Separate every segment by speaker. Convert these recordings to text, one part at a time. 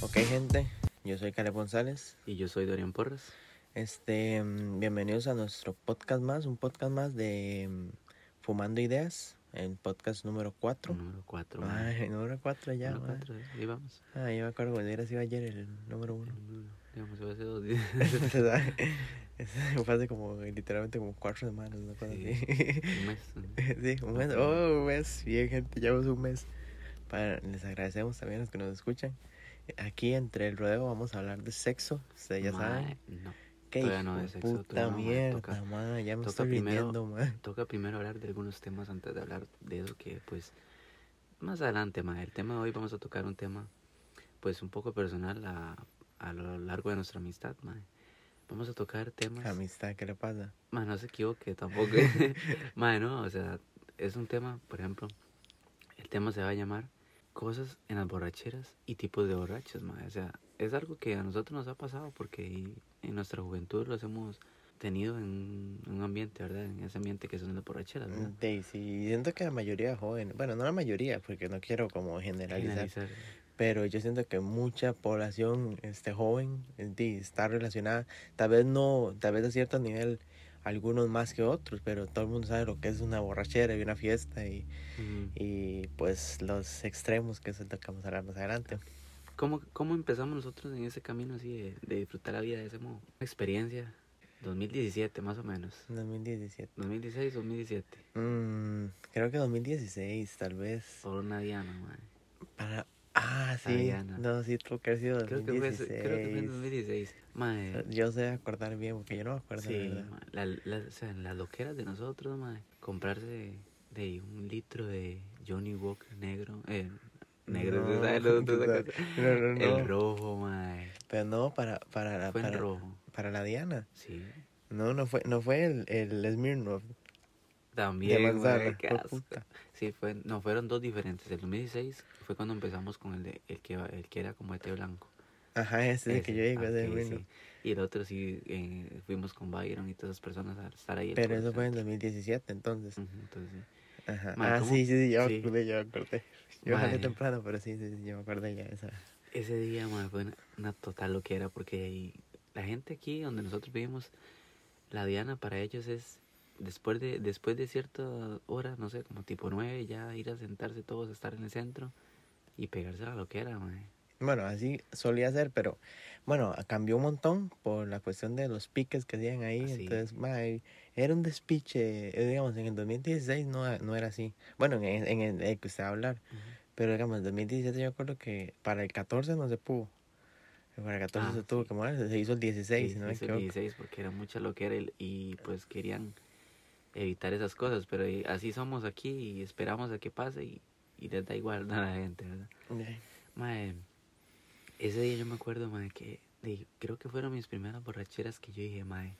Speaker 1: Ok, gente, yo soy Caleb González.
Speaker 2: Y yo soy Dorian Porras.
Speaker 1: Este, mm, bienvenidos a nuestro podcast más, un podcast más de mm, Fumando Ideas, el podcast número 4.
Speaker 2: Número 4.
Speaker 1: Ay, número 4 ya,
Speaker 2: número
Speaker 1: madre.
Speaker 2: 4. Ahí vamos.
Speaker 1: Ah, yo me acuerdo que hubiera sido ayer el número 1.
Speaker 2: Digamos, iba a ser dos días.
Speaker 1: Fue hace como, literalmente como 4 semanas, una cosa
Speaker 2: Sí.
Speaker 1: así.
Speaker 2: Un mes. ¿no?
Speaker 1: Sí, un mes. Oh, un mes. Bien, gente, llevamos un mes. Para, les agradecemos también a los que nos escuchan. Aquí entre el rodeo vamos a hablar de sexo. Ustedes ya saben.
Speaker 2: Mae, No.
Speaker 1: Qué
Speaker 2: todavía no
Speaker 1: hijo
Speaker 2: de
Speaker 1: de
Speaker 2: sexo,
Speaker 1: puta
Speaker 2: todavía no, mae,
Speaker 1: mierda,
Speaker 2: toca-
Speaker 1: ma, Ya me
Speaker 2: toca
Speaker 1: estoy
Speaker 2: primero- pues.
Speaker 1: rindiendo, ma.
Speaker 2: Toca primero hablar de algunos temas antes de hablar de eso que, pues, más adelante, mae. El tema de hoy vamos a tocar un tema, pues, un poco personal a, a lo largo de nuestra amistad, mae. Vamos a tocar temas...
Speaker 1: Amistad, ¿qué le pasa?
Speaker 2: Mae, no se equivoque tampoco. mae, no, o sea, es un tema, por ejemplo, el tema se va a llamar cosas en las borracheras y tipos de borrachos, mae. O sea, es algo que a nosotros nos ha pasado porque y- en nuestra juventud los hemos tenido en un ambiente, ¿verdad? En ese ambiente que son las borracheras, ¿verdad?
Speaker 1: Sí, Mm, sí, siento que la mayoría de jóvenes, bueno, no la mayoría, porque no quiero como generalizar,
Speaker 2: Generalizar.
Speaker 1: pero yo siento que mucha población este joven eh, di, está relacionada, tal vez no, tal vez a cierto nivel, algunos más que otros, pero todo el mundo sabe lo que es una borrachera y una fiesta y,
Speaker 2: Ujú.
Speaker 1: y pues los extremos que es lo que vamos a hablar más adelante.
Speaker 2: Ah. ¿Cómo, ¿Cómo empezamos nosotros en ese camino así de, de disfrutar la vida de ese modo? Una experiencia, 2017 más o menos.
Speaker 1: Mm. 2017.
Speaker 2: 2016, 2017.
Speaker 1: Mm, creo que 2016, tal vez.
Speaker 2: Por una diana, mae.
Speaker 1: Para... Ah, sí.
Speaker 2: Diana.
Speaker 1: No, sí, tuvo que haber sido
Speaker 2: Creo que, fue, ese-
Speaker 1: 2016.
Speaker 2: creo que fue en 2016. Mae,
Speaker 1: Yo sé acordar bien, porque yo no me acuerdo, la
Speaker 2: sí,
Speaker 1: verdad.
Speaker 2: mae, la- la- o sea, las loqueras de nosotros, mae. Comprarse de un litro de Johnny Walker negro. Eh,
Speaker 1: No,
Speaker 2: negro, ¿usted sabe lo de otra
Speaker 1: ¿verdad?
Speaker 2: cosa?
Speaker 1: No, no, no.
Speaker 2: El rojo, mae.
Speaker 1: Pero no, para, para, la-
Speaker 2: Fue en
Speaker 1: para,
Speaker 2: rojo,
Speaker 1: para la Diana.
Speaker 2: sí.
Speaker 1: No, no fue, no fue el, el Smirnoff
Speaker 2: También,
Speaker 1: de manzana.
Speaker 2: mae, qué
Speaker 1: fue
Speaker 2: asco.
Speaker 1: puta.
Speaker 2: Sí, fue, no, fueron dos diferentes. El 2016 fue cuando empezamos con el, de, el, que, el que era como este blanco.
Speaker 1: Ajá, ese es el que yo digo,
Speaker 2: ah,
Speaker 1: ese
Speaker 2: sí,
Speaker 1: Smirnoff.
Speaker 2: sí. Y el otro sí, eh, fuimos con Byron y todas esas personas a estar ahí. el
Speaker 1: Pero eso
Speaker 2: call
Speaker 1: fue en
Speaker 2: center.
Speaker 1: 2017, entonces.
Speaker 2: Ujú, entonces, sí.
Speaker 1: Ajá.
Speaker 2: Mm. Ma,
Speaker 1: ah,
Speaker 2: ¿cómo?
Speaker 1: sí, sí, sí, yo me
Speaker 2: Sí.
Speaker 1: acordé, yo me acordé. Yo salí
Speaker 2: Madre.
Speaker 1: temprano, pero sí, sí, sí, yo me acordé ya. Esa.
Speaker 2: Ese día, mae, fue una, una total loquera porque ahí- la gente aquí donde nosotros vivimos, la Diana para ellos es después de después de cierta hora, no sé, como tipo 9, ya ir a sentarse todos, a estar en el centro y pegarse la loquera, mae.
Speaker 1: Bueno, así solía ser, pero bueno, cambió un montón por la cuestión de los piques que hacían ahí.
Speaker 2: Ah, sí.
Speaker 1: Entonces, mae, era un despiche. eh, Digamos, en el 2016 no, no era así. Bueno, en, en el, el que usted va a hablar. Pero digamos, en 2017 yo acuerdo que para el 14 no se pudo. Para el 14
Speaker 2: Ah,
Speaker 1: se tuvo
Speaker 2: sí.
Speaker 1: que mover, se hizo el 16, si no me
Speaker 2: hizo el
Speaker 1: equivoco.
Speaker 2: 16 porque era mucha loquera y, y, pues querían evitar esas cosas, pero eh, así somos aquí y esperamos a que pase y, y les da igual a la gente, ¿verdad? Mae, ese día yo me acuerdo, mae, que di- creo que fueron mis primeras borracheras que yo dije, mae,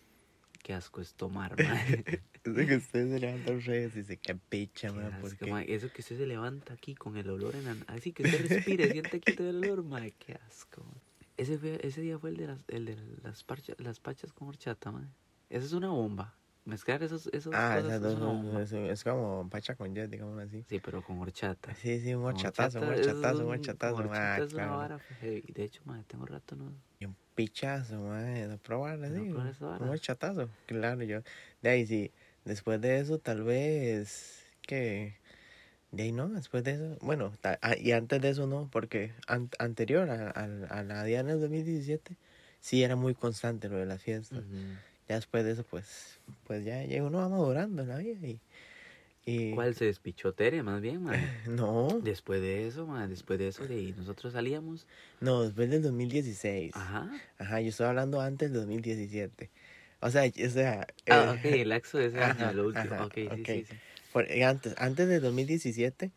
Speaker 2: qué asco es tomar, mae. Qué
Speaker 1: Es de que ustedes se levantan redes y dice que picha, mae,
Speaker 2: asco,
Speaker 1: porque
Speaker 2: mae. Eso que usted se levanta aquí con el olor en la... Así que usted respire, siente aquí todo el olor, mae, qué asco. mae. Ese, fue- ese día fue el de las, el de las, parcha- las pachas con horchata, mae. Esa es una bomba. Mezclar esos, esos
Speaker 1: Ah,
Speaker 2: cosas
Speaker 1: esas dos
Speaker 2: es una
Speaker 1: son-
Speaker 2: bomba.
Speaker 1: es, es como pacha con jet, digamos así.
Speaker 2: Sí, pero con horchata.
Speaker 1: Sí, sí, un
Speaker 2: Con
Speaker 1: horchatazo, un
Speaker 2: horchata, eso es
Speaker 1: horchatazo, un
Speaker 2: un-
Speaker 1: horchatazo,
Speaker 2: con
Speaker 1: ma,
Speaker 2: horchata es una
Speaker 1: claro.
Speaker 2: vara heavy. De hecho, mae, tengo rato, ¿no?
Speaker 1: Y un pichazo, madre, no probarla,
Speaker 2: No
Speaker 1: sí.
Speaker 2: probar esa
Speaker 1: Un
Speaker 2: vara.
Speaker 1: horchatazo, claro, yo. De ahí sí, después de eso, tal vez que. De ahí no, después de eso. Bueno, ta- ah, y antes de eso no, porque an- anterior a, a- a la Diana del 2017, sí era muy constante lo de las fiestas.
Speaker 2: Ujú.
Speaker 1: Ya después de eso, pues, pues ya, ya uno va madurando en la vida y. y
Speaker 2: ¿Cuál se despichó Tere, más bien, mae?
Speaker 1: No,
Speaker 2: Después de eso, mae, después de eso, de ahí nosotros salíamos.
Speaker 1: no, después del 2016.
Speaker 2: Ajá.
Speaker 1: Ajá, yo estoy hablando antes del 2017. O sea, y- o sea,
Speaker 2: Ah,
Speaker 1: eh,
Speaker 2: ok, el axo de ese año,
Speaker 1: ajá,
Speaker 2: el último.
Speaker 1: ajá,
Speaker 2: ok, sí,
Speaker 1: ok.
Speaker 2: sí, sí.
Speaker 1: por- eh, antes, antes del 2017,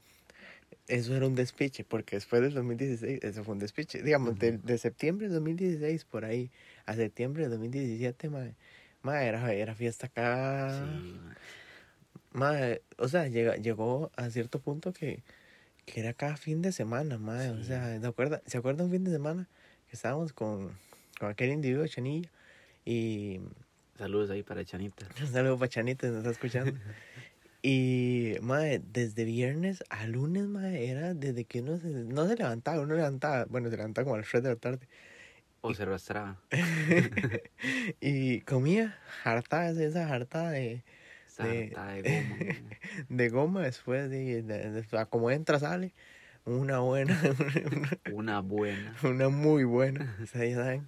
Speaker 1: eso era un despiche, porque después del 2016, eso fue un despiche. Digamos,
Speaker 2: Ujú.
Speaker 1: del- de, septiembre del 2016 por ahí a septiembre del 2017, madre, era, era fiesta acá.
Speaker 2: Sí, mae.
Speaker 1: Madre, o sea, llega- llegó a cierto punto que, que era cada fin de semana, madre. O
Speaker 2: Sí.
Speaker 1: sea, ¿se acuerda, ¿se acuerda un fin de semana que estábamos con, con aquel individuo, Chanilla? Y
Speaker 2: Saludos ahí para Chanita.
Speaker 1: un saludo para Chanita, si nos está escuchando. y, serio, mae, desde viernes a lunes, mae, era desde que uno se, no se levantaba, uno levantaba, bueno, se levantaba como a las 3 de la tarde.
Speaker 2: O se arrastraba.
Speaker 1: y comía harta, esa harta de, de,
Speaker 2: Sarta de goma. mae.
Speaker 1: de goma después, de, de- de- o sea, como entra, sale. Una buena, una,
Speaker 2: Una buena.
Speaker 1: una muy buena, o sea, ya saben.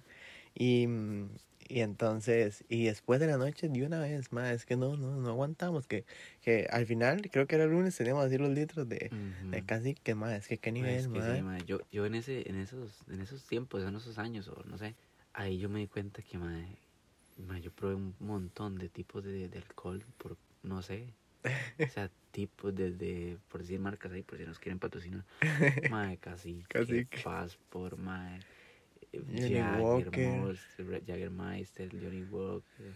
Speaker 1: Y, mm, y entonces, y después de la noche, de una vez, más, es que no, no, no aguantamos. Que, que al final, creo que era el lunes, teníamos así los litros de,
Speaker 2: Ujú.
Speaker 1: de casi que más, es que qué
Speaker 2: Mae,
Speaker 1: nivel,
Speaker 2: es que sí,
Speaker 1: mae.
Speaker 2: mae, Yo, yo en, ese, en, esos, en esos tiempos, en esos años, o no sé, ahí yo me di cuenta que mae, mae, yo probé un montón de tipos de, de alcohol, por no sé. O sea, tipos desde, por decir marcas ahí, por si nos quieren patrocinar. Mae, casi.
Speaker 1: Cacique.
Speaker 2: Passport, mae. eh,
Speaker 1: Johnny
Speaker 2: Jagger,
Speaker 1: Walker.
Speaker 2: Monster, Red Jaggermeister, Johnny Walker,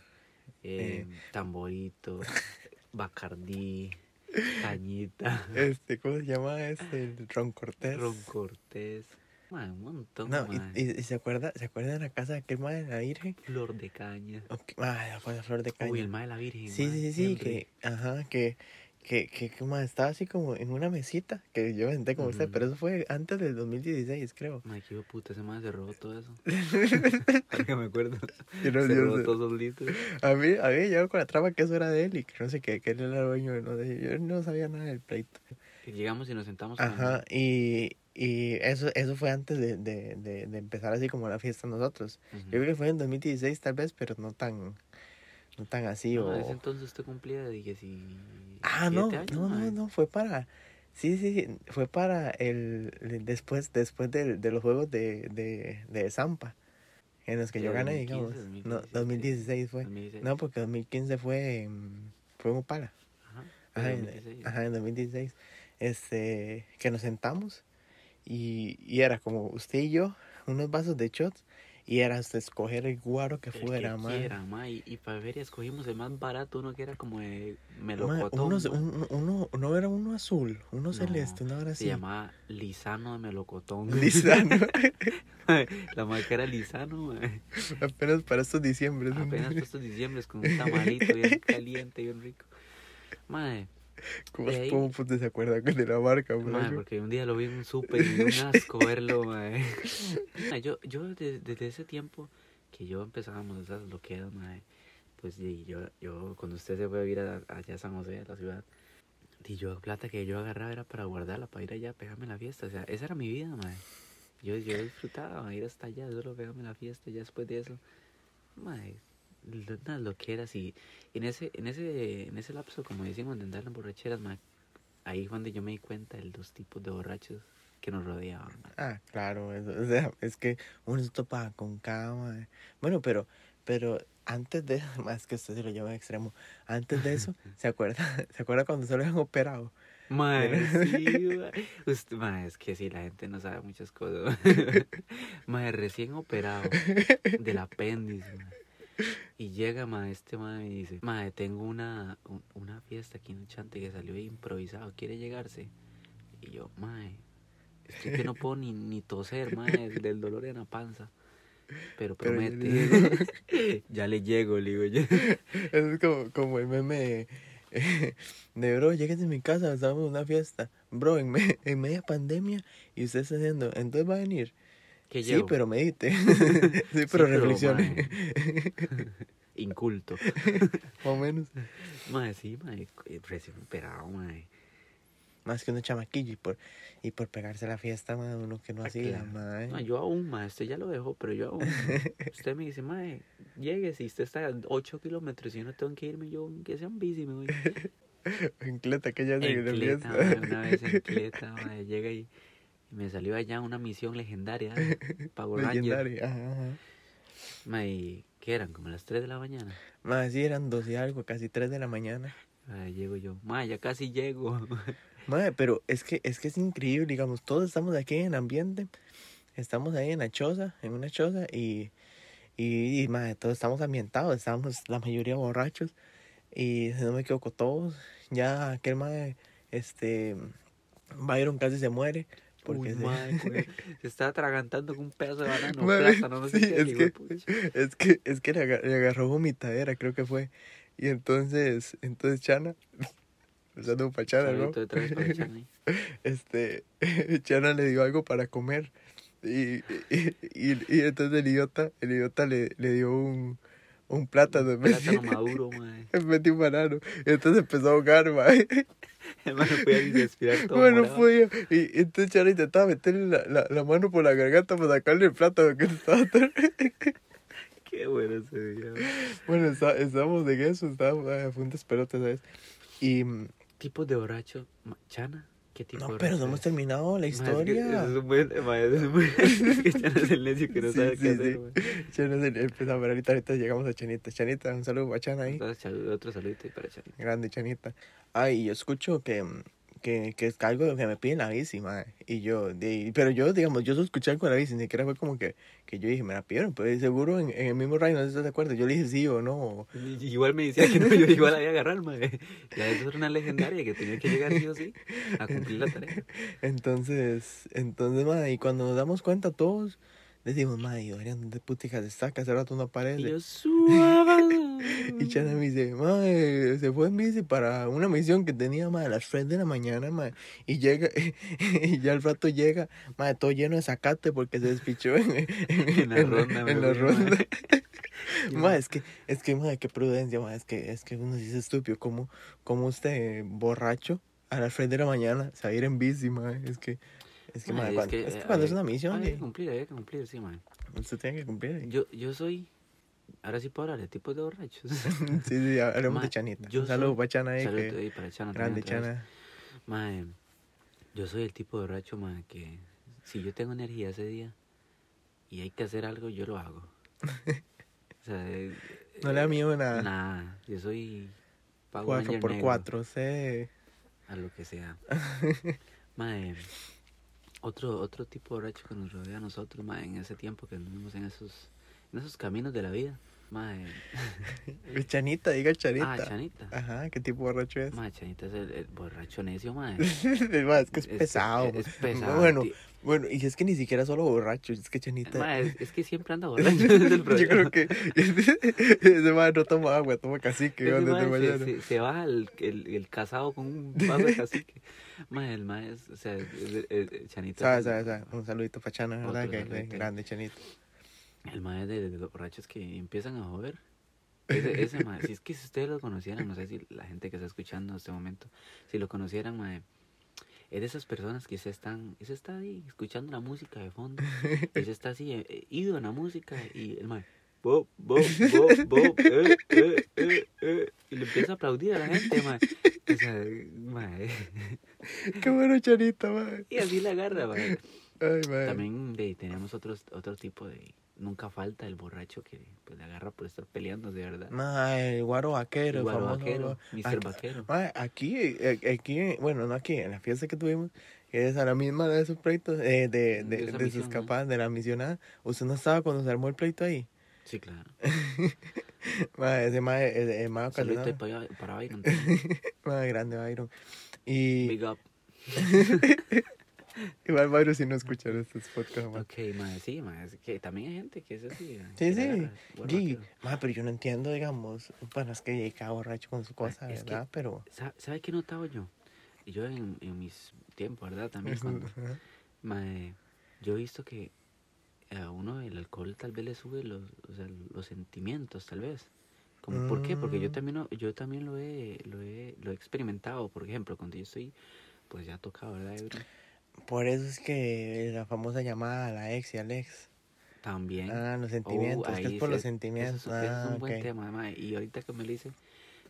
Speaker 1: Eh.
Speaker 2: eh, Tamborito, Bacardí, Cañita.
Speaker 1: Este, ¿cómo se llama este? El Ron Cortés.
Speaker 2: Ron Cortés. Mae, un montón.
Speaker 1: No, y,
Speaker 2: mae.
Speaker 1: y- y se acuerda, ¿se acuerda de la casa de aquel madre, la Virgen?
Speaker 2: Flor de caña.
Speaker 1: Ok, Ah, con la flor de caña.
Speaker 2: Uy, el mae de la Virgen.
Speaker 1: Sí,
Speaker 2: mae,
Speaker 1: sí, sí, sí,
Speaker 2: Henry.
Speaker 1: que, ajá, que, que, que, que, ma, estaba así como en una mesita, que yo me senté como usted,
Speaker 2: Ujú.
Speaker 1: pero eso fue antes del 2016, creo.
Speaker 2: Mae, qué hijo de puta, ese mae se robó todo eso. Ahora que me acuerdo.
Speaker 1: Yo no-
Speaker 2: se
Speaker 1: yo
Speaker 2: robó
Speaker 1: no-
Speaker 2: todos esos litros.
Speaker 1: a mí, a mí me llegó con la trama que eso era de él y que no sé qué, que él era el dueño, no sé, yo no sabía nada del pleito.
Speaker 2: Y Llegamos y nos sentamos. con el
Speaker 1: Ajá,
Speaker 2: mae.
Speaker 1: y, y eso, eso fue antes de, de, de, de empezar así como la fiesta nosotros.
Speaker 2: Ujú.
Speaker 1: Yo creo que fue en 2016 tal vez, pero no tan, no tan así
Speaker 2: No,
Speaker 1: o...
Speaker 2: en Ah, ese entonces usted cumplía de 17
Speaker 1: Ah, no,
Speaker 2: años.
Speaker 1: no, no,
Speaker 2: mae.
Speaker 1: no, fue para. Sí, sí, sí, fue para el. el- Después, después del- de, los juegos de, de, de Zampa, en los que
Speaker 2: Sí,
Speaker 1: yo gané,
Speaker 2: 2015,
Speaker 1: digamos. No,
Speaker 2: 2016,
Speaker 1: 2016 fue.
Speaker 2: 2016.
Speaker 1: No, porque 2015 fue. mm, Fue un para.
Speaker 2: Ajá.
Speaker 1: Ajá,
Speaker 2: Pero
Speaker 1: en-
Speaker 2: 2016.
Speaker 1: ajá, en 2016. Este. Que nos sentamos y, y era como usted y yo, unos vasos de shots, y era hasta escoger el guaro que
Speaker 2: El
Speaker 1: fuera,
Speaker 2: que
Speaker 1: madre.
Speaker 2: quiera, mae. Y, y para ver, escogimos el más barato, uno que era como de
Speaker 1: Ma,
Speaker 2: melocotón.
Speaker 1: uno, se-
Speaker 2: mae.
Speaker 1: un- uno, no era uno azul, uno
Speaker 2: No,
Speaker 1: celeste, una hora
Speaker 2: Se
Speaker 1: así.
Speaker 2: llamaba Lisano de Melocotón.
Speaker 1: Lisano.
Speaker 2: La marca era Lisano, mae.
Speaker 1: Apenas para estos diciembre. es un-
Speaker 2: Apenas todos estos diciembres con un tamalito bien caliente, bien rico. Madre,
Speaker 1: ¿Cómo,
Speaker 2: de ahí-
Speaker 1: cómo puta pues, se acuerda de la marca, bro?
Speaker 2: madre, porque un día lo vi en un súper y me dio un asco verlo, madre. Yo, yo de- desde ese tiempo que yo empezábamos esas loqueras, madre, pues y yo, yo, cuando usted se fue a vivir a- allá a San José, a la ciudad, y yo, plata que yo agarraba era para guardarla, para ir allá, a pegarme la fiesta. O sea, esa era mi vida, madre. Yo, yo disfrutaba mae, ir hasta allá, solo pegarme la fiesta, ya después de eso. Madre, lo- unas loqueras y en ese, en ese, en ese lapso, como decimos, de andar en borracheras, mae, ahí fue donde yo me di cuenta de los tipos de borrachos que nos rodeaban. mae.
Speaker 1: Ah, claro, eso, o sea, es que uno se topaba con cama. eh. Bueno, pero, pero antes de más que usted se lo lleva a extremo, antes de eso, ¿se acuerda? ¿Se acuerda cuando se lo habían operado?
Speaker 2: Mae,
Speaker 1: Pero-
Speaker 2: sí, mae. Usted- mae, es que sí, la gente no sabe muchas cosas. mae, recién operado del apéndice. mae. Y llega, mae, este mae y dice, mae, tengo una, un- una fiesta aquí en el chante que salió improvisado, ¿quiere llegarse? Y yo, mae, estoy que no puedo ni, ni toser, mae, del dolor en la panza. Pero
Speaker 1: Pero ya le
Speaker 2: promete. ya le llego, le digo yo.
Speaker 1: Es como, como el meme eh, de bro, lléguese a mi casa, estamos en una fiesta. Bro, en, me- en media pandemia y usted está haciendo, entonces va a venir.
Speaker 2: ¿Qué
Speaker 1: Sí,
Speaker 2: llevo?
Speaker 1: pero medite. sí, pero
Speaker 2: pero,
Speaker 1: reflexione.
Speaker 2: Inculto.
Speaker 1: Más o menos.
Speaker 2: Mae, sí, mae, eh, recién operado, mae.
Speaker 1: Más que uno chamaquillo y por, y por pegarse la fiesta, mae, uno que no hacía,
Speaker 2: Ah, Claro.
Speaker 1: mae.
Speaker 2: No, yo aún, mae, usted ya lo dejó, pero yo aún. mae. Usted me dice, mae, llegue, si usted está a 8 kilómetros y yo no tengo que irme, yo que sea un bici, me voy.
Speaker 1: En cleta, que ya se
Speaker 2: En
Speaker 1: viene
Speaker 2: Cleta,
Speaker 1: fiesta.
Speaker 2: mae, una vez en Cleta, mae, llega y, y me salió allá una misión legendaria, ¿eh? Power Ranger.
Speaker 1: Legendario, ajá, ajá.
Speaker 2: Mae, y, ¿qué eran? Como las 3 de la mañana.
Speaker 1: Mae, sí, eran dos y algo, casi tres de la mañana.
Speaker 2: Mae, llego yo, mae, ya casi llego.
Speaker 1: Mae, pero es que, es que es increíble, digamos, todos estamos aquí en ambiente, estamos ahí en la choza, en una choza, y, y, y, mae, todos estamos ambientados, estamos la mayoría borrachos, y si no me equivoco, todos, ya aquel mae, este, Byron casi se muere, porque
Speaker 2: Uy,
Speaker 1: se-
Speaker 2: mae, con el- se está atragantando con un pedazo de banano,
Speaker 1: Mae,
Speaker 2: plátano, no sé
Speaker 1: sí,
Speaker 2: qué.
Speaker 1: es
Speaker 2: le digo,
Speaker 1: que-
Speaker 2: "Pucha".
Speaker 1: Es que, es que le, aga- le agarró vomitadera, creo que fue. Y entonces, entonces Chana Usando un pachana, ¿no? Este, Chana le dio algo para comer. Y, y, y, y entonces el idiota, el idiota le, le dio un, un plátano.
Speaker 2: Un plátano maduro, mae.
Speaker 1: En vez de un banano. Y entonces empezó a ahogar, mae.
Speaker 2: El mae no podía ni respirar todo.
Speaker 1: Bueno,
Speaker 2: morado.
Speaker 1: fue Y entonces Chana intentaba meterle la, la, la mano por la garganta para sacarle el plátano que le estaba atrás.
Speaker 2: Qué bueno se veía. mae.
Speaker 1: Bueno, está- estábamos de eso, estábamos, ah, fue un despelote, ¿sabes? Y... mm,
Speaker 2: Tipos de borracho, ma- Chana. ¿Qué tipo
Speaker 1: No,
Speaker 2: de
Speaker 1: pero
Speaker 2: borracho
Speaker 1: no hemos
Speaker 2: es?
Speaker 1: terminado la
Speaker 2: Mae, es que
Speaker 1: historia.
Speaker 2: Es un buen, mae, es un buen- es que Chana es el necio que no
Speaker 1: Sí,
Speaker 2: sabe
Speaker 1: sí,
Speaker 2: qué hacer,
Speaker 1: sí.
Speaker 2: mae.
Speaker 1: Chana es el- empezó pues, a ver ahorita, ahorita llegamos a Chanita. Chanita, un saludo a Chana ahí.
Speaker 2: Entonces, chal- Otro saludito y para Chana.
Speaker 1: Grande Chanita. Ay, yo escucho que, que, que es algo que me piden la bici, mae. Y yo, de- pero yo, digamos, yo solo escuché algo de la bici, ni siquiera fue como que, que yo dije, me la pidieron, pero seguro en, en el mismo rayo, no sé si estás de acuerdo. Yo le dije sí o no.
Speaker 2: Y- y Igual me decía que no, yo igual la iba a agarrar, mae. Ya eso era una legendaria que tenía que llegar sí o sí a cumplir la tarea.
Speaker 1: Entonces, entonces, mae, y cuando nos damos cuenta todos, decimos, mae, Dorian, ¿dónde puticas está? Que hace rato no aparece.
Speaker 2: Y yo suave.
Speaker 1: Y Chana me dice, mae, se fue en bici para una misión que tenía, mae, a las 3 de la mañana, mae. Y llega, y ya al rato llega, mae, todo lleno de zacate porque se despichó en, en,
Speaker 2: En la
Speaker 1: en-
Speaker 2: ronda,
Speaker 1: en
Speaker 2: me
Speaker 1: la
Speaker 2: fui,
Speaker 1: ronda.
Speaker 2: mae. Yo,
Speaker 1: Mae, es que, es que, mae, qué prudencia, mae, es que, es que uno sí es estúpido. ¿Cómo, cómo usted, borracho, a las 3 de la mañana, se va a ir en bici, mae? Es que, es que,
Speaker 2: Mae,
Speaker 1: mae,
Speaker 2: es
Speaker 1: cuando,
Speaker 2: que,
Speaker 1: es que
Speaker 2: eh,
Speaker 1: cuando es
Speaker 2: había-
Speaker 1: una misión,
Speaker 2: Había
Speaker 1: eh,
Speaker 2: que cumplir, había que cumplir, sí, mae.
Speaker 1: usted tiene que cumplir. eh.
Speaker 2: Yo, yo soy. Ahora sí puedo hablar de tipos de borrachos.
Speaker 1: Sí, sí, hablemos de
Speaker 2: Mae,
Speaker 1: Chanita.
Speaker 2: yo
Speaker 1: Un saludo
Speaker 2: soy-
Speaker 1: para Chana ahí,
Speaker 2: Saludos
Speaker 1: que
Speaker 2: ahí para Chana. también
Speaker 1: grande
Speaker 2: otra vez.
Speaker 1: Chana.
Speaker 2: Mae, yo soy el tipo de borracho, mae, que si yo tengo energía ese día y hay que hacer algo, yo lo hago. O sea, eh,
Speaker 1: No le da
Speaker 2: eh,
Speaker 1: miedo nada.
Speaker 2: Nada, yo soy
Speaker 1: Ah.
Speaker 2: Power
Speaker 1: Cuatro
Speaker 2: Ranger
Speaker 1: por
Speaker 2: negro,
Speaker 1: cuatro, sí.
Speaker 2: A lo que sea. mae, otro, otro tipo de borracho que nos rodea a nosotros, mae, en ese tiempo que anduvimos en esos, en esos caminos de la vida. em, Mae,
Speaker 1: Chanita, diga Chanita.
Speaker 2: ah, Chanita.
Speaker 1: Ajá, ¿qué tipo de borracho es?
Speaker 2: Mae, Chanita es el, el borracho necio, mae.
Speaker 1: Ma, es que es,
Speaker 2: Es- es-
Speaker 1: pesado.
Speaker 2: es pesado,
Speaker 1: Bueno,
Speaker 2: ti-
Speaker 1: bueno, y es que ni siquiera solo borracho, es que Chanita.
Speaker 2: Ma, es, es que siempre anda borracho. es el
Speaker 1: Yo creo
Speaker 2: problema.
Speaker 1: que ese madre no toma agua, toma cacique.
Speaker 2: Ese
Speaker 1: ¿dónde
Speaker 2: ma
Speaker 1: te
Speaker 2: se,
Speaker 1: bañaron?
Speaker 2: se, se baja el, el, el casado con un vaso de cacique. Ma, el ma es, o sea, es- es- es- Chanita.
Speaker 1: Sabe, sabe, sabe. Un saludito para Chana, ¿verdad?
Speaker 2: Otro
Speaker 1: Que
Speaker 2: saludito
Speaker 1: que
Speaker 2: ahí.
Speaker 1: grande, Chanita.
Speaker 2: El ma es de, de los borrachos que empiezan a joder. Ese, ese ma, si es que si ustedes lo conocieran, no sé si la gente que está escuchando en este momento, si lo conocieran, ma, es de esas personas que se están, se está ahí escuchando la música de fondo, y se está así, eh, eh, ido en la música, y el ma, bo, bo, bo, bo, eh, eh, eh, eh, y le empieza a aplaudir a la gente, ma. O sea, ma,
Speaker 1: Qué bueno, Chanita, madre.
Speaker 2: y así la agarra, ma.
Speaker 1: Ay, madre.
Speaker 2: También de, tenemos otros, otro tipo de, nunca falta el borracho que pues, le agarra por estar peleando, de verdad.
Speaker 1: Mae, Ah, el guaro vaquero, el
Speaker 2: Igual
Speaker 1: famoso
Speaker 2: vaquero,
Speaker 1: guaro-
Speaker 2: Mr.
Speaker 1: Aquí-
Speaker 2: Vaquero.
Speaker 1: Mae, aquí, eh, eh, aquí, eh, bueno, no aquí, en la fiesta que tuvimos, que es a la misma de esos pleitos, eh, de, de,
Speaker 2: De
Speaker 1: de,
Speaker 2: esa
Speaker 1: sus
Speaker 2: misión, ¿no?
Speaker 1: capas, de la misionada. ¿Usted no estaba cuando se armó el pleito ahí?
Speaker 2: Sí, claro.
Speaker 1: Mae, ese mae, ese mae
Speaker 2: Saludito ahí
Speaker 1: ocasionado.
Speaker 2: para, para Byron.
Speaker 1: Mae, grande Byron. Y
Speaker 2: Big up.
Speaker 1: igual Byron si no escucha estos podcasts, mae.
Speaker 2: Ok, mae, sí, mae. es que también hay gente que es así. mae,
Speaker 1: Sí,
Speaker 2: que le
Speaker 1: sí.
Speaker 2: agarra, bueno,
Speaker 1: Sí,
Speaker 2: vaquero.
Speaker 1: mae, pero yo no entiendo, digamos, bueno, es que llega cada borracho con su cosa,
Speaker 2: es que-
Speaker 1: ¿verdad? Pero...
Speaker 2: Sa- ¿Sabe qué notaba yo? Yo en, en mis tiempos, ¿verdad? También cuando...
Speaker 1: Ajá.
Speaker 2: mae, yo he visto que a uno el alcohol tal vez le sube los, o sea, los sentimientos, tal vez. Como, ¿Por qué? Porque yo
Speaker 1: Mm.
Speaker 2: también, lo- yo también lo, he, lo, he, lo he experimentado. Por ejemplo, cuando yo estoy, pues ya tocado, ¿verdad? ebrio?
Speaker 1: Por eso es que la famosa llamada a la ex y al ex.
Speaker 2: También.
Speaker 1: Ah, los
Speaker 2: Oh,
Speaker 1: sentimientos, que es
Speaker 2: ahí
Speaker 1: por los
Speaker 2: sí, eso es-
Speaker 1: sentimientos.
Speaker 2: Eso es,
Speaker 1: ah,
Speaker 2: un buen
Speaker 1: ok.
Speaker 2: tema, mae. Y ahorita que me lo dice,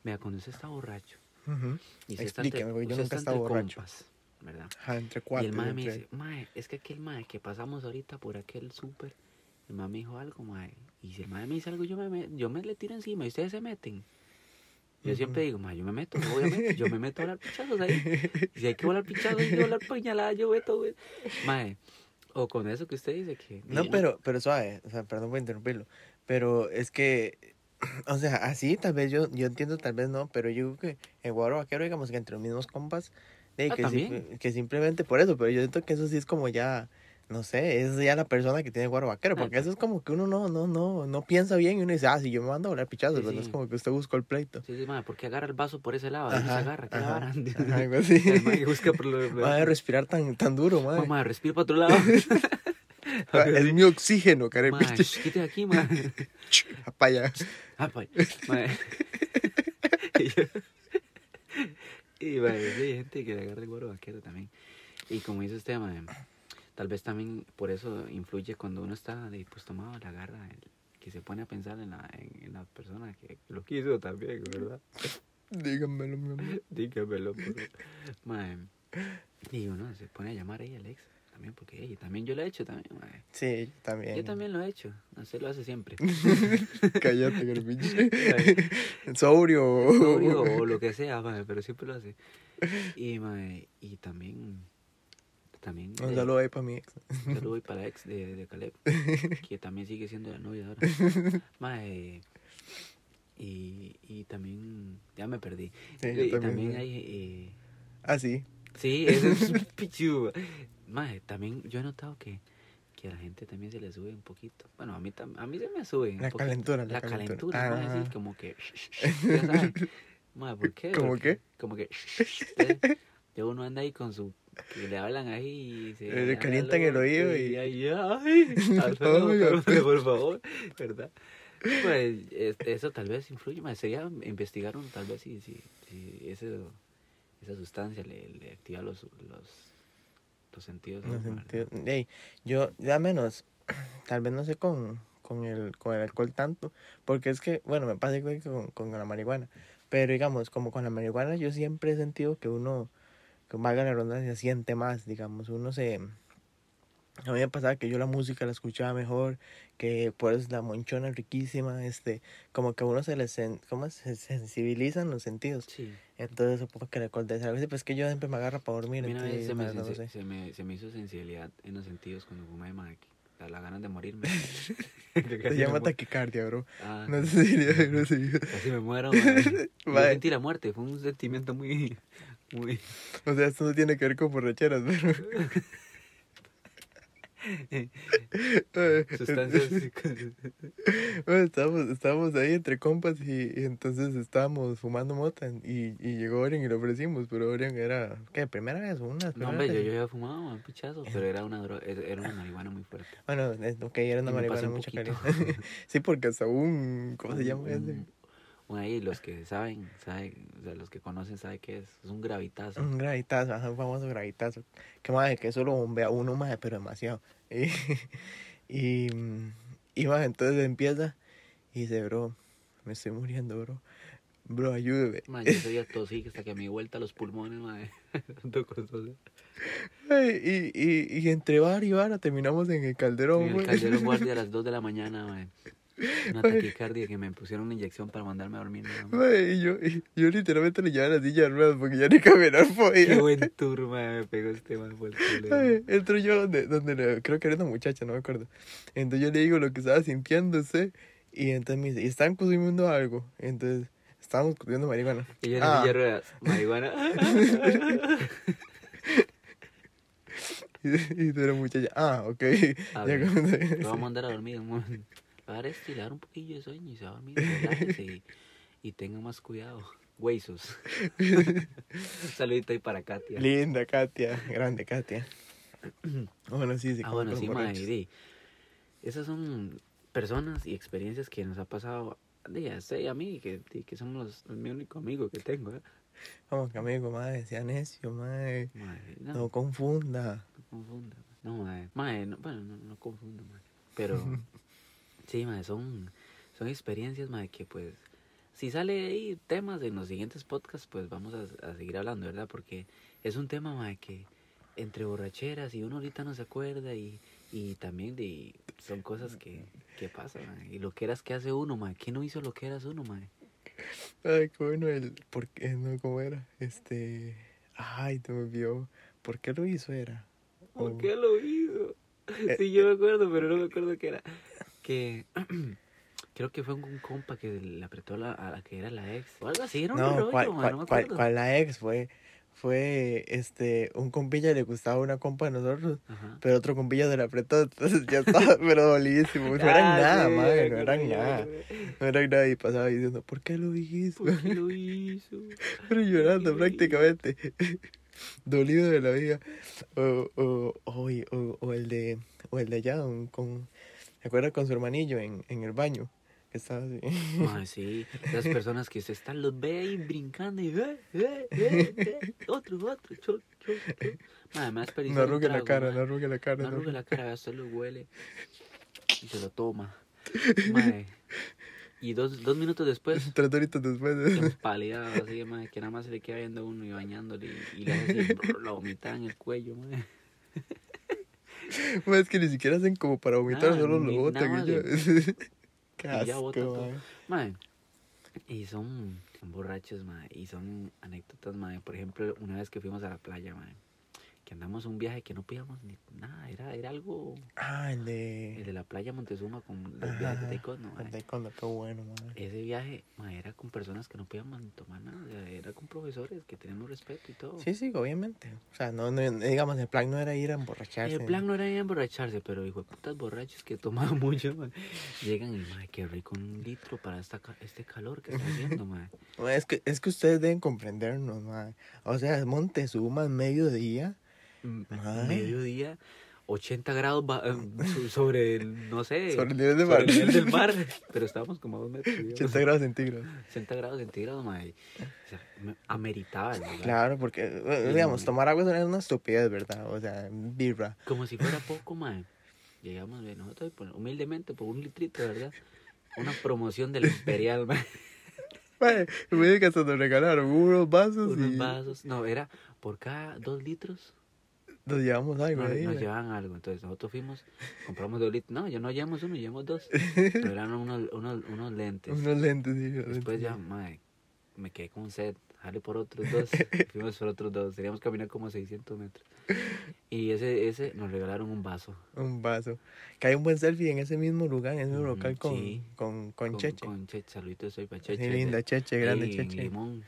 Speaker 2: mira, cuando usted está borracho,
Speaker 1: Ujú.
Speaker 2: y usted está
Speaker 1: Explíqueme, porque yo
Speaker 2: usted
Speaker 1: nunca he
Speaker 2: está
Speaker 1: estado
Speaker 2: entre
Speaker 1: borracho.
Speaker 2: compas, ¿verdad?
Speaker 1: Ajá, entre
Speaker 2: Y
Speaker 1: cuatro.
Speaker 2: el mae me
Speaker 1: entre-
Speaker 2: dice, mae, es que aquel mae que pasamos ahorita por aquel súper, el mae me dijo algo, mae. Y si el mae me dice algo, yo me, me- yo me le tiro encima y ustedes se meten. Yo siempre digo, mae, yo me meto, obviamente, yo me meto a volar pichazos ahí. Si hay que volar pichazos, yo volar puñalada, yo meto, güey. Mae, o con eso que usted dice que...
Speaker 1: No, pero, pero suave, o sea, perdón por interrumpirlo. Pero es que, o sea, así tal vez yo, yo entiendo, tal vez no, pero yo creo que el guaro vaquero, digamos que entre los mismos compas, de
Speaker 2: Ah,
Speaker 1: que, sim-
Speaker 2: también.
Speaker 1: que simplemente por eso, pero yo siento que eso sí es como ya, no sé, es ya la persona que tiene guaro vaquero, porque eso es como que uno no, no, no, no piensa bien y uno dice, ah, si yo me mando a volar pichazos,
Speaker 2: Sí,
Speaker 1: pero no
Speaker 2: sí.
Speaker 1: es como que usted buscó el pleito.
Speaker 2: Sí, sí, madre, ¿por qué agarra el vaso por ese lado? Ahí se
Speaker 1: Ajá,
Speaker 2: agarra, ¿qué
Speaker 1: ajá,
Speaker 2: la vara?
Speaker 1: ajá, algo así.
Speaker 2: El mae busca por lo...
Speaker 1: Madre, respirar tan, tan duro, madre. Ah,
Speaker 2: Mamá, respira para otro lado.
Speaker 1: Es mi oxígeno, caray.
Speaker 2: Madre, sh, quítese aquí, madre.
Speaker 1: Pa' allá.
Speaker 2: Ah, pa- madre. Y yo- Y, madre, sí, hay gente que le agarra el guaro vaquero también. Y como dice usted, madre, tal vez también por eso influye cuando uno está de, pues, tomado, le agarra el- que se pone a pensar en la, en, en la persona que lo quiso también, ¿verdad?
Speaker 1: Dígamelo, mi amor.
Speaker 2: Dígamelo, por favor. Mae, Y uno se pone a llamar ahí a Alexa también, porque ey, también yo lo he hecho también, mae.
Speaker 1: Sí, yo también.
Speaker 2: Yo también lo he hecho, no sé, lo hace siempre.
Speaker 1: Cállate, garbinche.
Speaker 2: Ay.
Speaker 1: Sobrio.
Speaker 2: Obvio, o lo que sea, mae, pero siempre lo hace. Y, mae, y también. también
Speaker 1: Un
Speaker 2: de-
Speaker 1: saludo ahí para mi ex.
Speaker 2: un saludo ahí para la ex de, de Caleb, que también sigue siendo la novia ahora. Mae, y, y también. Ya me perdí.
Speaker 1: Sí, yo
Speaker 2: y
Speaker 1: también,
Speaker 2: también
Speaker 1: sí.
Speaker 2: hay. eh,
Speaker 1: Ah, sí.
Speaker 2: Sí, eso es pichu. Mae, también yo he notado que, que a la gente también se le sube un poquito. Bueno, a mí, tam- a mí se me sube. un
Speaker 1: La
Speaker 2: poquito.
Speaker 1: calentura, la
Speaker 2: La
Speaker 1: calentura.
Speaker 2: calentura, mae,
Speaker 1: Ah.
Speaker 2: sí, como que. ya sabe. Mae, ¿por qué?
Speaker 1: ¿Cómo
Speaker 2: Porque-
Speaker 1: qué?
Speaker 2: Como que. entonces, Ya uno anda ahí con su. Que le hablan ahí y se.
Speaker 1: Eh, Le
Speaker 2: le
Speaker 1: calientan el oído y- pues.
Speaker 2: Ay, ay, al suelo,
Speaker 1: Oiga.
Speaker 2: cálmate, por favor, ¿verdad? Mae, es- eso tal vez influye. Mae, sería investigar uno, tal vez, si, si, si ese esa sustancia le, le activa los, los, los sentidos. a
Speaker 1: No
Speaker 2: uno,
Speaker 1: sé,
Speaker 2: ¿verdad?
Speaker 1: tío. Ey, yo, ya menos, tal vez no sé con, con, el, con el alcohol tanto, porque es que, bueno, me pasa igual que con, con la marihuana, pero digamos, como con la marihuana yo siempre he sentido que uno, que valga la ronda, se siente más, digamos, uno se... A mí me pasaba que yo la música la escuchaba mejor, que por eso la monchona es riquísima, este, como que a uno se le sen- ¿cómo es? se sensibilizan los sentidos.
Speaker 2: Sí,
Speaker 1: Entonces supongo que el alcohol debe ser- A veces pues que yo siempre me agarra para
Speaker 2: a
Speaker 1: dormir,
Speaker 2: mí una
Speaker 1: entonces,
Speaker 2: vez se me,
Speaker 1: madre, no
Speaker 2: sensi-
Speaker 1: sé.
Speaker 2: se, me, se me hizo sensibilidad en los sentidos cuando fumé de Mac. La, la ganas de morirme. Que
Speaker 1: Se
Speaker 2: casi me
Speaker 1: llama
Speaker 2: mu-
Speaker 1: taquicardia, bro.
Speaker 2: Ah,
Speaker 1: No sé si le no sé.
Speaker 2: Casi me muero. madre. Yo
Speaker 1: Madre.
Speaker 2: sentí la muerte, fue un sentimiento muy. muy
Speaker 1: O sea, esto no tiene que ver con borracheras, pero.
Speaker 2: sustancias. psico-
Speaker 1: eh, Bueno, estábamos, estábamos ahí entre compas y, y entonces estábamos fumando mota y, y llegó Orion y le ofrecimos, pero Orion era, ¿qué? ¿Primera vez? ¿Una?
Speaker 2: No,
Speaker 1: primera
Speaker 2: hombre, yo,
Speaker 1: vez?
Speaker 2: yo había fumado un pichazo, pero era una, droga, era una marihuana muy fuerte.
Speaker 1: Bueno, es- ok, era una
Speaker 2: Y me
Speaker 1: marihuana
Speaker 2: pasé un
Speaker 1: mucha
Speaker 2: poquito.
Speaker 1: calidad. sí, porque hasta un, ¿cómo se
Speaker 2: un-
Speaker 1: llama ese?
Speaker 2: un- un ahí, los que saben, saben, o sea, los que conocen saben qué es. Es un gravitazo.
Speaker 1: Un gravitazo, ajá, un famoso gravitazo. Que madre, que eso lo bombea uno más, pero demasiado. Y, y, y mae, entonces empieza y dice, bro, me estoy muriendo, bro. Bro, ayúdeme.
Speaker 2: Ma, yo sabía tosí hasta que me di vuelta los pulmones, madre. Tanto con tos.
Speaker 1: Ay, Y, y, y entre bar y vara terminamos en el calderón,
Speaker 2: En el
Speaker 1: güey.
Speaker 2: caldero guardia a las 2 de la mañana, madre. Una taquicardia que me pusieron una inyección para mandarme a dormir. nada más.
Speaker 1: Mae, y yo, y yo literalmente le llevaba la silla de ruedas porque ya ni caminar
Speaker 2: Qué
Speaker 1: podía.
Speaker 2: buen tour, madre. Me pegó este man por el culo.
Speaker 1: Ay, entro yo donde, donde la- creo que era una muchacha, no me acuerdo. Entonces yo le digo lo que estaba sintiéndose y entonces me dice, "¿Y ¿están consumiendo algo? Entonces, estábamos consumiendo marihuana.
Speaker 2: Y yo en
Speaker 1: Ah.
Speaker 2: la silla de ruedas, marihuana.
Speaker 1: Y, y entonces la muchacha, ah, ok.
Speaker 2: A
Speaker 1: Ya
Speaker 2: ver,
Speaker 1: como se-
Speaker 2: lo va a mandar a dormir un momento. Va a dar esto y le va a dar un poquillo de sueño y se va a dormir. relájese y, y tenga más cuidado. Huesos. Un saludito ahí para Katia.
Speaker 1: Linda Katia, grande Katia. Ah, Bueno, sí, sí.
Speaker 2: ah,
Speaker 1: como
Speaker 2: bueno,
Speaker 1: con
Speaker 2: sí,
Speaker 1: borrachos.
Speaker 2: madre. di. Esas son personas y experiencias que nos ha pasado di, a usted y a mí, que, di, que somos los- mi único amigo que tengo. ¿eh?
Speaker 1: Como que amigo, madre, sea necio, madre.
Speaker 2: Madre, no,
Speaker 1: No,
Speaker 2: no
Speaker 1: confunda.
Speaker 2: confunda. pues. No, madre. Madre, no, bueno, no, no confunda, madre. Pero sí, madre, son, son experiencias, madre, que pues. Si sale ahí temas en los siguientes podcasts, pues vamos a, a seguir hablando, ¿verdad? Porque es un tema, madre, que entre borracheras y uno ahorita no se acuerda y, y también de, son cosas que, que pasan, madre. Y lo que eras que hace uno, madre. ¿Qué no hizo lo que eras uno, madre?
Speaker 1: Ay, qué bueno el. ¿Por qué? No, ¿cómo era? Este. Ay, te me olvidó. ¿Por qué lo hizo? Era.
Speaker 2: ¿Por
Speaker 1: Oh.
Speaker 2: qué lo hizo?
Speaker 1: Eh,
Speaker 2: Sí, yo me acuerdo, pero no me acuerdo qué era. Que creo que fue un compa que le apretó la, a la que era la ex. O algo así, era un
Speaker 1: No,
Speaker 2: rollo,
Speaker 1: ¿cuál,
Speaker 2: madre,
Speaker 1: cuál-
Speaker 2: no me
Speaker 1: cuál-
Speaker 2: acuerdo.
Speaker 1: cuál la ex fue? fue este un compilla le gustaba una compa de nosotros, Ajá. pero otro compilla se la apretó, entonces ya estaba, pero dolidísimo. No eran ah, nada, sí, madre, no eran nada. No eran nada y pasaba diciendo, ¿por qué lo hizo?
Speaker 2: ¿Por qué lo hizo?
Speaker 1: pero llorando prácticamente. Dolido de la vida. O, o, o, o, el de o el de allá, un, con, ¿se acuerda con su hermanillo en, en el baño? Estaba así.
Speaker 2: Ah, sí. Las personas que se están, los ve ahí brincando y eh, eh, eh, otro, otro, choc, choc, choc. Además,
Speaker 1: no arrugue la cara, no arrugue la cara.
Speaker 2: No arrugue la cara, usted lo huele y se lo toma. Madre. Y dos, dos minutos después.
Speaker 1: Tres horitas después.
Speaker 2: Empaleado, así, madre, que nada más se le queda viendo uno y bañándole y, y le hace así, la vomitada en el cuello, madre.
Speaker 1: Madre, es que ni siquiera hacen como para vomitar,
Speaker 2: Ah,
Speaker 1: nada, solo lo botan.
Speaker 2: Y ya bota todo. Madre, y son borrachos, madre. Y son anécdotas, madre. Por ejemplo, una vez que fuimos a la playa, madre. Que andamos un viaje que no pillamos ni nada. Era, era algo.
Speaker 1: Ah, el de.
Speaker 2: El de la playa Montezuma con los viajes de Taekwondo, madre.
Speaker 1: El Taekwondo, qué bueno, madre.
Speaker 2: Ese viaje, madre, era con personas que no pillamos ni tomar nada. O sea, era con profesores que tenemos respeto y todo.
Speaker 1: Sí, sí, obviamente. O sea, no, no, digamos, el plan no era ir a emborracharse.
Speaker 2: El plan no era ir a emborracharse, pero hijo de putas borrachos que tomaban mucho, madre. Llegan y, madre, qué rico un litro para esta, este calor que está haciendo, madre.
Speaker 1: Es que, es que ustedes deben comprendernos, madre. O sea, Montezuma, mediodía.
Speaker 2: Madre. mediodía, 80 grados eh, sobre el, no sé,
Speaker 1: sobre el nivel, de mar.
Speaker 2: El nivel del mar, pero estábamos como a dos metros.
Speaker 1: Digamos. 80 grados centígrados.
Speaker 2: 80 grados centígrados, madre. O sea, ameritaba, ¿verdad?
Speaker 1: Claro, porque, digamos, tomar agua es una estupidez, ¿verdad? O sea, birra.
Speaker 2: Como si fuera poco, madre. Llegamos, nosotros pues, humildemente por un litrito, ¿verdad? Una promoción del Imperial, madre.
Speaker 1: Madre, me que hasta nos regalaron unos vasos.
Speaker 2: Unos
Speaker 1: y...
Speaker 2: vasos. No, era por cada dos litros
Speaker 1: nos llevamos algo.
Speaker 2: Nos,
Speaker 1: ahí,
Speaker 2: nos llevaban algo. Entonces nosotros fuimos, compramos dos litros. No, ya no llevamos uno, llevamos dos. Pero eran unos, unos, unos lentes.
Speaker 1: Unos lentes, sí.
Speaker 2: Después
Speaker 1: lentes.
Speaker 2: ya, madre, me quedé con sed. Jale por otros dos. fuimos por otros dos. Teníamos que caminar como 600 metros. Y ese, ese nos regalaron un vaso.
Speaker 1: Un vaso. Que hay un buen selfie en ese mismo lugar, en ese mismo mm, local con, sí. con, con,
Speaker 2: con,
Speaker 1: Cheche.
Speaker 2: Con Cheche, saluditos soy para Cheche.
Speaker 1: Sí, linda Cheche, grande
Speaker 2: Ey,
Speaker 1: Cheche.
Speaker 2: Limón.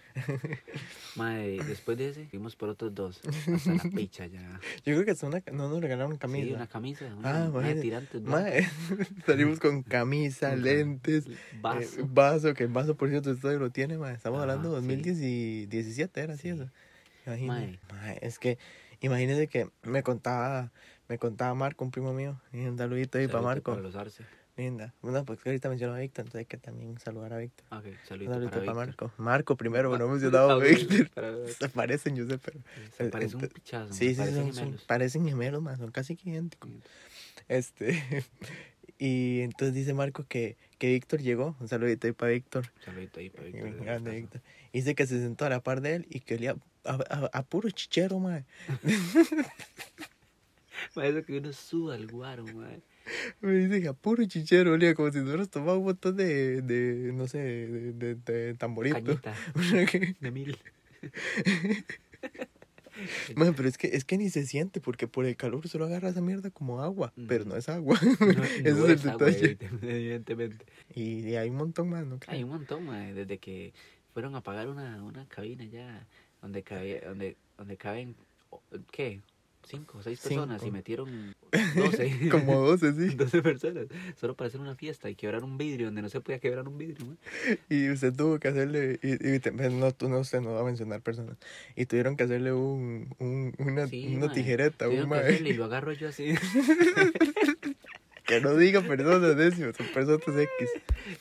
Speaker 2: Madre, después de ese, fuimos por otros dos. Hasta la picha ya.
Speaker 1: Yo creo que hasta una, no nos regalaron camisa.
Speaker 2: Sí, una camisa. Una, ah, madre. tirantes.
Speaker 1: Madre, salimos con camisa, lentes, vaso. Eh, vaso, que el vaso por cierto todavía lo tiene, madre. Estamos ah, hablando de 2017, sí. era así eso. Imagínate. Madre, es que imagínese que me contaba, me contaba Marco, un primo mío, y un saludito ahí para Marco.
Speaker 2: Para los arce.
Speaker 1: Linda. Bueno, pues ahorita mencionó a Víctor, entonces hay que también saludar a Víctor.
Speaker 2: Ah, Ok, saludito, saludito para, Ah,
Speaker 1: para Marco. Marco primero, bueno, no mencionaba a Víctor. Se parecen, yo sé, pero... eh,
Speaker 2: Se parecen un pichazo.
Speaker 1: Sí, sí, parecen, son, gemelos. Son, parecen gemelos, man, son casi idénticos. Este... Y entonces dice Marco que, que Víctor llegó. Un saludito ahí para Víctor.
Speaker 2: Un saludito ahí para Víctor.
Speaker 1: Grande Víctor. Dice que se sentó a la par de él y que olía a, a, a puro chichero, madre.
Speaker 2: Parece que uno suba al guaro, madre.
Speaker 1: Me dice que a puro chichero olía como si hubieras tomado un montón de, de no sé, de, de, de tamborito.
Speaker 2: Cañita. de mil.
Speaker 1: Man, pero es que, es que ni se siente porque por el calor solo agarra esa mierda como agua, mm. pero no es agua.
Speaker 2: No, no Eso es, es el agua, eh. detalle. evidentemente.
Speaker 1: Y, y, hay un montón más, ¿no?
Speaker 2: Hay un montón más. Desde que fueron a pagar una, una cabina ya donde, cabía, donde, donde caben, ¿qué? Cinco o seis personas Cinco. y metieron doce.
Speaker 1: como doce, sí.
Speaker 2: Doce personas. Solo para hacer una fiesta y quebrar un vidrio donde no se podía quebrar un vidrio. Man.
Speaker 1: Y usted tuvo que hacerle, y, y pues, no, tú no, usted no va a mencionar personas. Y tuvieron que hacerle un, un una, sí, una tijereta, un
Speaker 2: mae. Y lo agarro yo así.
Speaker 1: que no diga personas, décimo, son personas X.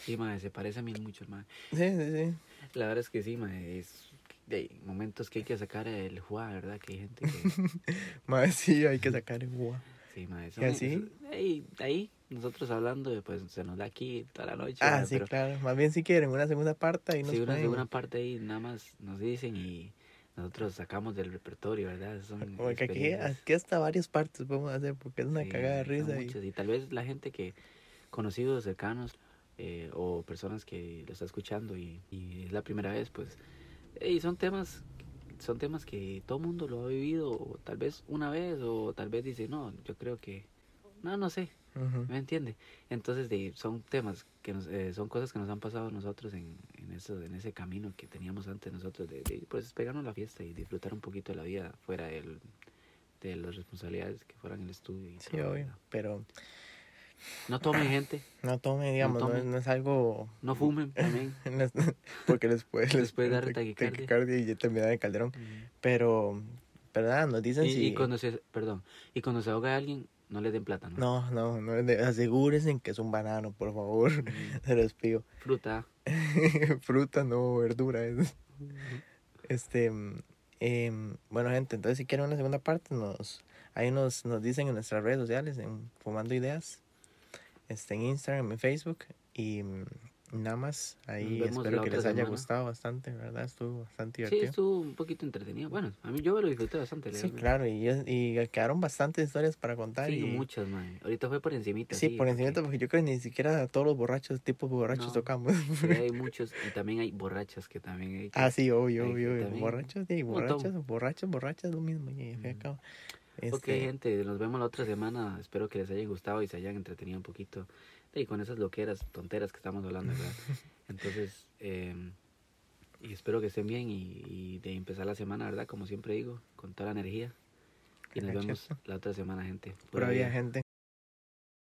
Speaker 2: Sí, madre, se parece a mí mucho, madre.
Speaker 1: Sí, sí, sí.
Speaker 2: La verdad es que sí, madre, es hay momentos que hay que sacar el juá, ¿verdad? Que hay gente que...
Speaker 1: madre, sí, hay que sacar el juá.
Speaker 2: Sí, madre.
Speaker 1: ¿Y así?
Speaker 2: Ahí, ahí, nosotros hablando, pues se nos da aquí toda la noche.
Speaker 1: Ah,
Speaker 2: ¿verdad?
Speaker 1: sí, Pero, claro. Más bien si quieren una segunda parte ahí nos
Speaker 2: Sí, una
Speaker 1: pueden...
Speaker 2: segunda parte ahí nada más nos dicen y nosotros sacamos del repertorio, ¿verdad? Son
Speaker 1: porque aquí, aquí, hasta varias partes podemos hacer porque es una
Speaker 2: sí,
Speaker 1: cagada de risa.
Speaker 2: Y... y tal vez la gente que conocidos, cercanos eh, o personas que lo está escuchando y, y es la primera vez, pues... Y son temas son temas que todo el mundo lo ha vivido, o tal vez una vez, o tal vez dice, no, yo creo que, no, no sé,
Speaker 1: Ujú.
Speaker 2: ¿Me entiende? Entonces, de, son temas que nos, eh, son cosas que nos han pasado a nosotros en, en, eso, en ese camino que teníamos antes nosotros, de, de, pues pegarnos la fiesta y disfrutar un poquito de la vida fuera del, de las responsabilidades que fueran el estudio. Y
Speaker 1: Sí,
Speaker 2: todo,
Speaker 1: obvio.
Speaker 2: ¿verdad?
Speaker 1: Pero
Speaker 2: No tomen gente,
Speaker 1: no tome, digamos, no,
Speaker 2: tome.
Speaker 1: no es algo.
Speaker 2: no fumen también.
Speaker 1: no es- porque les puede, les
Speaker 2: Les puede
Speaker 1: puede
Speaker 2: dar
Speaker 1: ta-
Speaker 2: taquicardia.
Speaker 1: y ya terminar en calderón.
Speaker 2: Mm.
Speaker 1: Pero, ¿verdad? Nos dicen
Speaker 2: Y,
Speaker 1: si.
Speaker 2: y cuando se, perdón, y cuando se ahoga alguien, no les den plátano.
Speaker 1: No, no, no es de- asegúrense que es un banano, por favor.
Speaker 2: Mm,
Speaker 1: Se los pido.
Speaker 2: Fruta.
Speaker 1: Fruta, no verdura. es- Este, mm, em, bueno, gente, entonces si quieren una segunda parte, nos, ahí nos, nos dicen en nuestras redes sociales, en Fumando Ideas, este, en Instagram, en Facebook. Y mm, nada más, ahí
Speaker 2: vemos
Speaker 1: espero
Speaker 2: la
Speaker 1: que
Speaker 2: otra
Speaker 1: les haya
Speaker 2: semana.
Speaker 1: gustado bastante, ¿verdad? Estuvo bastante
Speaker 2: Sí,
Speaker 1: divertido.
Speaker 2: estuvo un poquito entretenido. Bueno, a mí yo me lo disfruté bastante.
Speaker 1: Sí,
Speaker 2: realmente.
Speaker 1: claro, y, yo- y quedaron bastantes historias para contar.
Speaker 2: Sí,
Speaker 1: y,
Speaker 2: muchas, man. Ahorita fue por encimita.
Speaker 1: Sí, por encima,
Speaker 2: porque
Speaker 1: porque yo creo que ni siquiera todos los borrachos, tipos borrachos
Speaker 2: No.
Speaker 1: tocamos.
Speaker 2: sí hay muchos y también hay borrachas que también hay. que-
Speaker 1: ah, sí, obvio,
Speaker 2: Ay, que
Speaker 1: obvio, obvio.
Speaker 2: también-
Speaker 1: Borrachos, sí,
Speaker 2: Un montón.
Speaker 1: borrachos, borrachos, borrachos, lo mismo. Y al fin y al
Speaker 2: Ujú.
Speaker 1: cabo,
Speaker 2: Ok,
Speaker 1: este,
Speaker 2: gente, nos vemos la otra semana. Espero que les haya gustado y se hayan entretenido un poquito. Y con esas loqueras, tonteras que estamos hablando, ¿verdad? Entonces, eh, y espero que estén bien y, y de empezar la semana, ¿verdad? Como siempre digo, con toda la energía. Y nos
Speaker 1: Correcto.
Speaker 2: vemos la otra semana, gente. Pura
Speaker 1: pura vida,
Speaker 2: vida.
Speaker 1: gente.